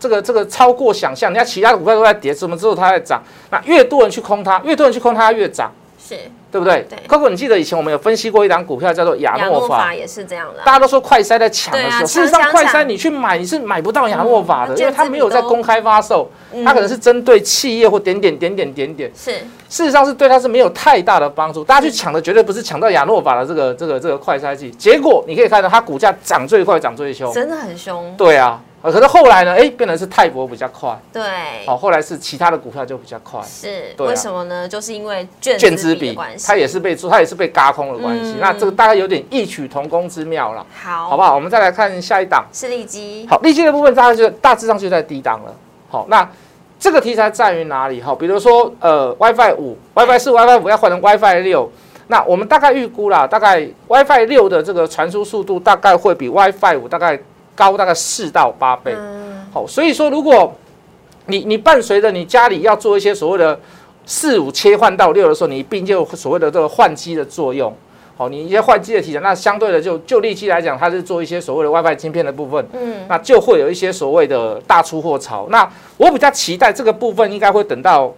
Speaker 2: 这个这个超过想象，人家其他的股票都在跌，怎么只有它在涨？那越多人去空它，越多人去空它，它越涨，
Speaker 1: 是，
Speaker 2: 对不对
Speaker 1: 对
Speaker 2: ？Coco，你记得以前我们有分析过一档股票叫做亚
Speaker 1: 亚
Speaker 2: 诺
Speaker 1: 诺
Speaker 2: 法
Speaker 1: 法，也是这样的啊。
Speaker 2: 大家都说快筛在抢的
Speaker 1: 对啊
Speaker 2: 时候，
Speaker 1: 抢
Speaker 2: 事实上
Speaker 1: 抢
Speaker 2: 快筛
Speaker 1: 抢
Speaker 2: 你去买你是买不到亚诺法的，
Speaker 1: 嗯
Speaker 2: 因为它没有在公开发售，它可能是针对企业或点点点点点点，
Speaker 1: 是，
Speaker 2: 事实上是对它是没有太大的帮助。大家
Speaker 1: 嗯
Speaker 2: 去抢的绝对不是抢到亚诺法的这个这个这个快筛剂，结果你可以看到它股价涨最快，涨最凶。
Speaker 1: 真的很凶。
Speaker 2: 对啊，呃可是后来呢？哎，变成是泰博比较快，
Speaker 1: 对，
Speaker 2: 好，后来是其他的股票就比较快。
Speaker 1: 是，
Speaker 2: 对啊
Speaker 1: 为什么呢？就是因为卷
Speaker 2: 卷
Speaker 1: 资
Speaker 2: 之
Speaker 1: 比的
Speaker 2: 比
Speaker 1: 关，系
Speaker 2: 它。也是被它也是被嘎空的关系，
Speaker 1: 嗯
Speaker 2: 那这个大概有点异曲同工之妙了，
Speaker 1: 好，
Speaker 2: 好不好？我们再来看下一档。
Speaker 1: 是利基。
Speaker 2: 好，利基的部分大概就大致上就在低档了。好，那这个题材在于哪里？好，比如说呃，WiFi 五、WiFi 四、WiFi 五要换成 WiFi 六。那我们大概预估啦，大概 WiFi 六的这个传输速度大概会比 WiFi 五大概高大概四到八倍。
Speaker 1: 嗯，
Speaker 2: 好，所以说如果你你伴随着你家里要做一些所谓的四五切换到六的时候，你并就所谓的这个换机的作用。好，你一些换机的题材，那相对的就就利基来讲，它是做一些所谓的 WiFi 芯片的部分，
Speaker 1: 嗯，
Speaker 2: 那就会有一些所谓的大出货潮。那我比较期待这个部分应该会等到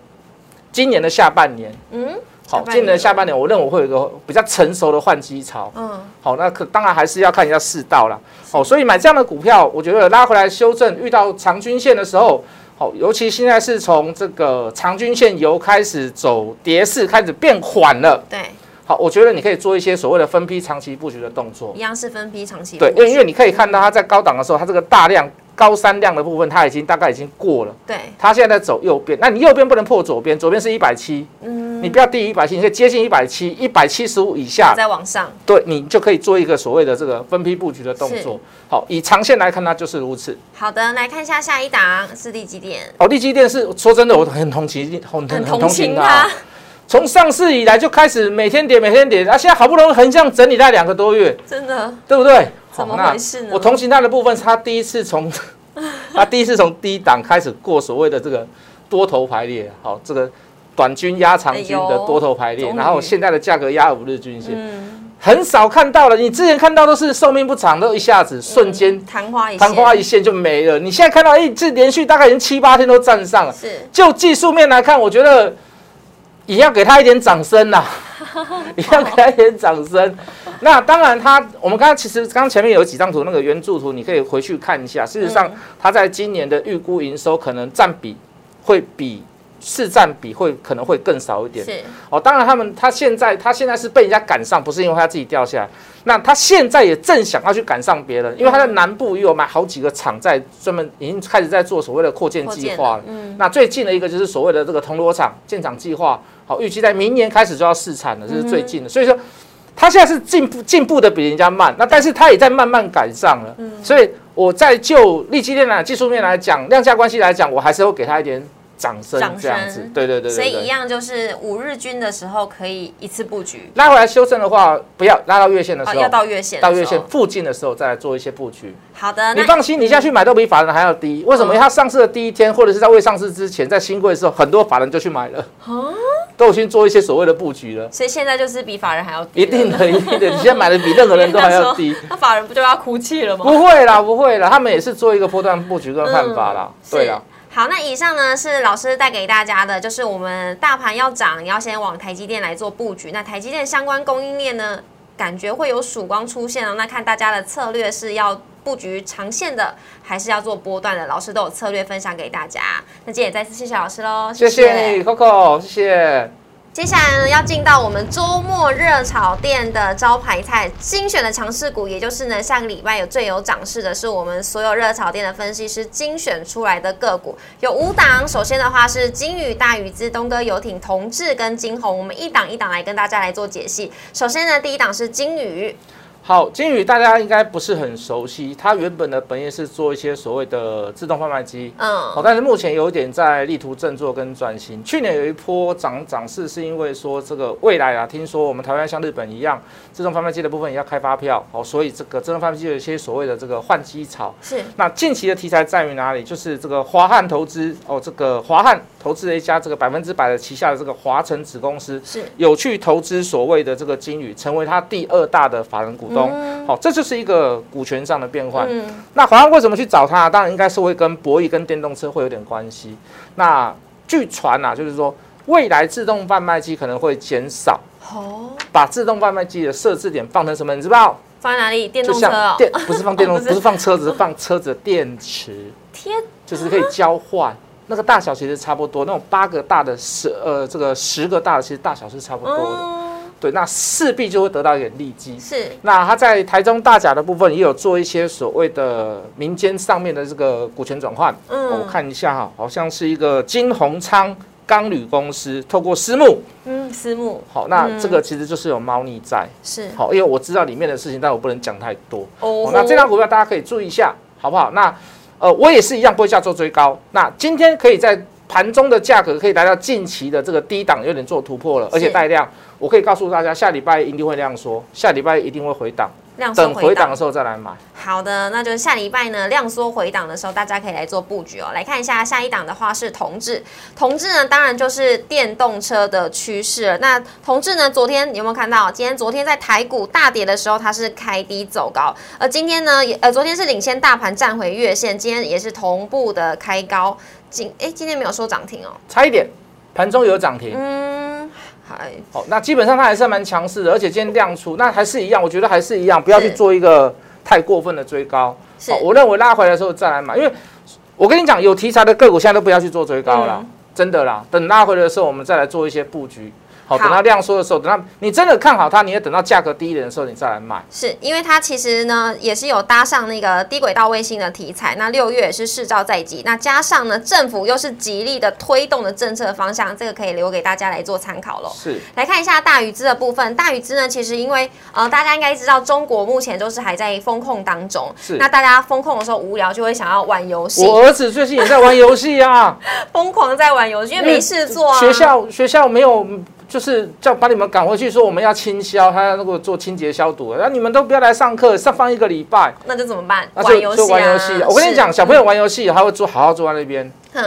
Speaker 2: 今年的下半年。
Speaker 1: 嗯，
Speaker 2: 好
Speaker 1: 下，半年
Speaker 2: 今年的下半年，我认为会有一个比较成熟的换机潮。
Speaker 1: 嗯，
Speaker 2: 好，那可当然还是要看一下世道啦。好，所以买这样的股票，我觉得拉回来修正，遇到长均线的时候，好，尤其现在是从这个长均线由开始走跌势开始变缓了。
Speaker 1: 对，
Speaker 2: 好，我觉得你可以做一些所谓的分批长期布局的动作
Speaker 1: 一。样是分批长期
Speaker 2: 对，
Speaker 1: 布
Speaker 2: 因为因
Speaker 1: 局
Speaker 2: 为你可以看到它在高档的时候，它这个大量高三量的部分，它已经大概已经过了。
Speaker 1: 对，
Speaker 2: 它现在在走右边，那你右边不能破左边，左边是一百七，
Speaker 1: 嗯，
Speaker 2: 你不要低于一百七，你可以接近一百七，一百七十五以下，
Speaker 1: 再往上，
Speaker 2: 对你就可以做一个所谓的这个分批布局的动
Speaker 1: 是
Speaker 2: 作。好，以长线来看，它就是如此。
Speaker 1: 好的，来看一下下一档是第几点？
Speaker 2: 哦，利基电是说真的，我很同情，很很同情它。从上市以来就开始每天跌，每天跌，啊，现在好不容易横向整理在两个多月，
Speaker 1: 真的，嗯
Speaker 2: 对不对？
Speaker 1: 怎么
Speaker 2: 好那
Speaker 1: 回事呢
Speaker 2: 我同情它的部分，是它第一 次从它第一次从低档开始过所谓的这个多头排列，好，这个短均压长均
Speaker 1: 哎
Speaker 2: 的
Speaker 1: 呦
Speaker 2: 多头排列，
Speaker 1: 终于
Speaker 2: 然后现在的价格压五日均线，
Speaker 1: 嗯，
Speaker 2: 很少看到了。你之前看到都是寿命不长，都一下子瞬间
Speaker 1: 昙花一现，
Speaker 2: 昙花一现就没了。你现在看到，哎，这连续大概已经七八天都站上了。
Speaker 1: 是
Speaker 2: 就技术面来看，我觉得也要给他一点掌声呐，也要给他一点掌声。那当然它，我们刚刚其实刚刚前面有几张图，那个圆柱图你可以回去看一下。事实上，它在今年的预估营收可能占比会比市占比会可能会更少一点。
Speaker 1: 是，
Speaker 2: 哦，当然他们他现在他现在是被人家赶上，不是因为他自己掉下来。那他现在也正想要去赶上别人，因为他
Speaker 1: 嗯
Speaker 2: 在南部也有买好几个厂在专门已经开始在做所谓的扩建
Speaker 1: 扩
Speaker 2: 计
Speaker 1: 建
Speaker 2: 划
Speaker 1: 了
Speaker 2: 了。
Speaker 1: 嗯，
Speaker 2: 那最近的一个就是所谓的这个铜锣厂建厂计划，好，预计在明年开始就要试产了，这是最近
Speaker 1: 嗯
Speaker 2: 的。所以说，它现在是进步进步的比人家慢，那但是它也在慢慢赶上了。
Speaker 1: 嗯
Speaker 2: 所以我在就利基电缆技术面来讲，量价关系来讲，我还是会给它一点掌声
Speaker 1: 掌声
Speaker 2: 这样子。对对对
Speaker 1: 所
Speaker 2: 对
Speaker 1: 以一
Speaker 2: 对。
Speaker 1: 样就是五日均的时候可以一次布局，
Speaker 2: 拉回来修正的话，不要拉到月线的时
Speaker 1: 啊，
Speaker 2: 候，
Speaker 1: 要到月线，
Speaker 2: 到月线。附近的时候再来做一些布局。
Speaker 1: 好的，
Speaker 2: 你
Speaker 1: 那哦
Speaker 2: 放心，你现在去买都比法人还要低。为什么？因为它上市的第一天，或者是在未上市之前，在新贵的时候，很多法人就去买了，都已经做一些所谓的布局了。
Speaker 1: 所以现在就是比法人还要低
Speaker 2: 一
Speaker 1: 了，
Speaker 2: 定的，一定的，你现在买的比任何人都还要低。
Speaker 1: 那法人不就要哭泣了吗？
Speaker 2: 不会啦，不会啦，他们也是做一个波段布局跟看法啦。对啦，
Speaker 1: 哦是。好，那以上呢是老师带给大家的，就是我们大盘要涨，你要先往台积电来做布局。那台积电相关供应链呢，感觉会有曙光出现哦。那看大家的策略是要布局长线的，还是要做波段的？老师都有策略分享给大家。那今天也再次谢谢老师喽，
Speaker 2: 谢谢你，Coco，谢谢。
Speaker 1: 接下来呢，要进到我们周末热炒店的招牌菜精选的强势股，也就是呢，下个礼拜有最有涨势的是我们所有热炒店的分析师精选出来的个股，有五档。首先的话是金宇、大宇资、东哥游艇、同志跟金鸿，我们一档一档来跟大家来做解析。首先呢，第一档是金宇，
Speaker 2: 好，金宇大家应该不是很熟悉，它原本的本业是做一些所谓的自动贩卖机，
Speaker 1: 嗯
Speaker 2: 好，但是目前有一点在力图振作跟转型。去年有一波涨涨势，是因为说这个未来啊，听说我们台湾像日本一样，自动贩卖机的部分也要开发票，好，所以这个自动贩卖机有一些所谓的这个换机潮。
Speaker 1: 是
Speaker 2: 那近期的题材在于哪里？就是这个华汉投资哦，这个华汉投资了一家这个百分之百的旗下的这个华晨子公司，
Speaker 1: 是，
Speaker 2: 有去投资所谓的这个金宇，成为它第二大的法人股东。好，这就是一个股权上的变换。
Speaker 1: 嗯，
Speaker 2: 那华安为什么去找他？当然应该是会跟博弈跟电动车会有点关系。那据传啊，就是说未来自动贩卖机可能会减少，
Speaker 1: 哦，
Speaker 2: 把自动贩卖机的设置点放成什么？你知道？
Speaker 1: 放在哪里？电
Speaker 2: 就
Speaker 1: 动车哦
Speaker 2: 像，电不是放电动，
Speaker 1: 不是
Speaker 2: 不是放车子，是放车子的电池，
Speaker 1: 天，
Speaker 2: 就是可以交换。那个大小其实差不多，那种八个大的十呃这个十个大的，其实大小是差不多的。
Speaker 1: 嗯，
Speaker 2: 对，那势必就会得到一点利基。
Speaker 1: 是
Speaker 2: 那他在台中大甲的部分也有做一些所谓的民间上面的这个股权转换。
Speaker 1: 嗯
Speaker 2: 哦我看一下哈，好像是一个金鸿昌钢铝公司透过私募，
Speaker 1: 嗯，私募
Speaker 2: 好，那
Speaker 1: 嗯
Speaker 2: 这个其实就是有猫腻在。
Speaker 1: 是
Speaker 2: 好，因为我知道里面的事情，但我不能讲太多。
Speaker 1: 哦
Speaker 2: 哦，那这张股票大家可以注意一下，好不好？那呃，我也是一样不会下周追高。那今天可以在盘中的价格可以来到近期的这个低档，有点做突破了，而且
Speaker 1: 是
Speaker 2: 带量。我可以告诉大家，下礼拜一定会量缩，下礼拜一定会回档，
Speaker 1: 量缩
Speaker 2: 等回
Speaker 1: 啊档
Speaker 2: 档的时候再来买。
Speaker 1: 好的，那就是下礼拜呢量缩回档的时候，大家可以来做布局哦。来看一下下一档的话是同志，同志呢当然就是电动车的趋势了。那同志呢，昨天你有没有看到？今天昨天在台股大跌的时候，它是开低走高，而今天呢，也呃昨天是领先大盘站回月线，今天也是同步的开高。今哎今天没有说涨停哦，
Speaker 2: 差一点，盘中有涨停。
Speaker 1: 嗯，还
Speaker 2: 好，那基本上它还是蛮强势的，而且今天量出，那还是一样，我觉得还是一样，不要去
Speaker 1: 是
Speaker 2: 做一个太过分的追高。
Speaker 1: 是
Speaker 2: 好我认为拉回来的时候再来买，因为我跟你讲，有题材的个股现在都不要去做追高啦，
Speaker 1: 嗯
Speaker 2: 真的啦，等拉回来的时候我们再来做一些布局。好，
Speaker 1: 好
Speaker 2: 等它量缩的时候，等它你真的看好它，你也等到价格低一点的时候你再来买。
Speaker 1: 是因为它其实呢也是有搭上那个低轨道卫星的题材，那六月也是试照在即，那加上呢政府又是极力的推动的政策方向，这个可以留给大家来做参考喽。
Speaker 2: 是，
Speaker 1: 来看一下大禹资的部分，大禹资呢，其实因为呃，大家应该知道，中国目前就是还在风控当中。
Speaker 2: 是
Speaker 1: 那大家风控的时候无聊，就会想要玩游戏，
Speaker 2: 我儿子最近也在玩游 戏啊，
Speaker 1: 疯狂在玩游戏，因为没事做啊。
Speaker 2: 学校学校没有，就是叫把你们赶回去，说我们要清消，他要那个做清洁消毒，那你们都不要来上课，上放一个礼拜，
Speaker 1: 那就怎么办？
Speaker 2: 那
Speaker 1: 玩
Speaker 2: 就
Speaker 1: 游戏
Speaker 2: 就
Speaker 1: 啊！
Speaker 2: 玩游戏。我跟你讲，
Speaker 1: 是
Speaker 2: 小朋友玩游戏，他会坐好好坐在那边。
Speaker 1: 哼，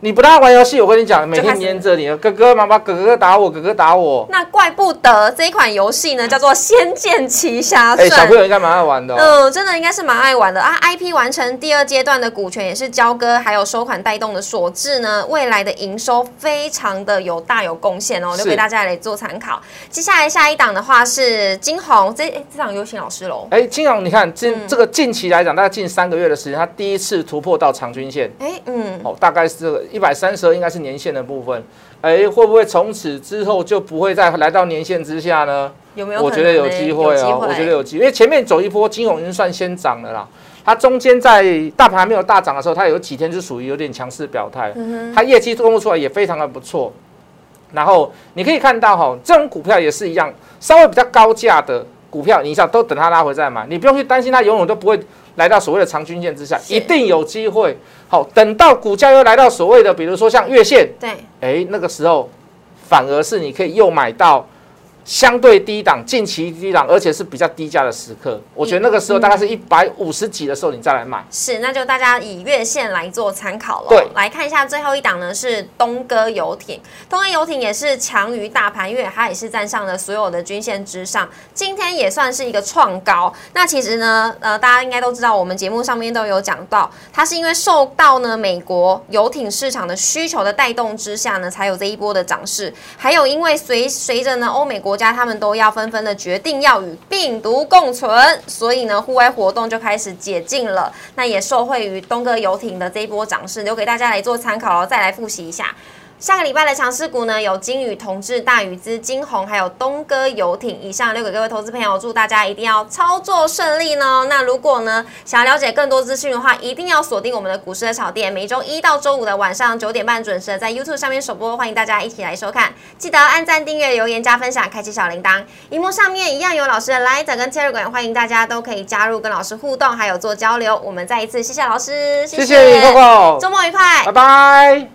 Speaker 2: 你不让他玩游戏，我跟你讲，每
Speaker 1: 就开
Speaker 2: 天
Speaker 1: 始
Speaker 2: 黏着你，哥哥妈妈，哥哥打我，哥哥打我。
Speaker 1: 那怪不得这一款游戏呢叫做《仙剑奇侠
Speaker 2: 哎，
Speaker 1: 传》。
Speaker 2: 小朋友应该蛮爱玩的哦。
Speaker 1: 嗯，真的应该是蛮爱玩的啊！IP 完成第二阶段的股权也是交割，还有收款带动的所致呢，未来的营收非常的有大有贡献哦，就
Speaker 2: 是
Speaker 1: 给大家来做参考。接下来下一档的话是金红，这诶这档有请老师喽。
Speaker 2: 哎，金融，你看近这个近期来讲，大概近三个月的时间，它第一次突破到长均线，
Speaker 1: 哎，嗯，
Speaker 2: 哦，大概是这个一百三十二，应该是年线的部分。哎，会不会从此之后就不会再来到年线之下呢？
Speaker 1: 有没有
Speaker 2: 我
Speaker 1: 可能
Speaker 2: 觉
Speaker 1: 呢？
Speaker 2: 得有机会哦，我觉得有机会，因为前面走一波，金融已经算先涨了啦。它中间在大盘还没有大涨的时候，它有几天是属于有点强势表态，
Speaker 1: 嗯
Speaker 2: 它业绩公布出来也非常的不错。然后你可以看到哈、这种股票也是一样，稍微比较高价的股票，你想都等它拉回再买，你不用去担心它永远都不会来到所谓的长均线之下，
Speaker 1: 是
Speaker 2: 一定有机会。好，等到股价又来到所谓的，比如说像月线，
Speaker 1: 对，
Speaker 2: 哎，那个时候反而是你可以又买到相对低档、近期低档，而且是比较低价的时刻。我觉得那个时候大概是一百五十几的时候，你再来买。
Speaker 1: 是，那就大家以月线来做参考了。
Speaker 2: 对
Speaker 1: 来看一下最后一档呢是东哥游艇，东哥游艇也是强于大盘，因为它也是站上了所有的均线之上，今天也算是一个创高。那其实呢，呃，大家应该都知道，我们节目上面都有讲到，它是因为受到呢美国游艇市场的需求的带动之下呢，才有这一波的涨势，还有因为随随着呢欧美国家他们都要纷纷的决定要与病毒共存，所以呢户外活动就开始解禁了。那也受惠于东哥游艇的这一波涨势，留给大家来做参考哦。再来复习一下，下个礼拜的强势股呢，有金宇、同志、大宇资、金红，还有东哥游艇。以上留给各位投资朋友，祝大家一定要操作顺利呢。那如果呢想要了解更多资讯的话，一定要锁定我们的股市的炒店，每周一到周五的晚上九点半准时地在 YouTube 上面首播，欢迎大家一起来收看。记得按赞、订阅、留言、加分享，开启小铃铛。荧幕上面一样有老师的 Line 跟 Telegram，欢迎大家都可以加入跟老师互动，还有做交流。我们再一次谢谢老师，
Speaker 2: 谢谢你，Coco，
Speaker 1: 周末愉快，
Speaker 2: 拜拜。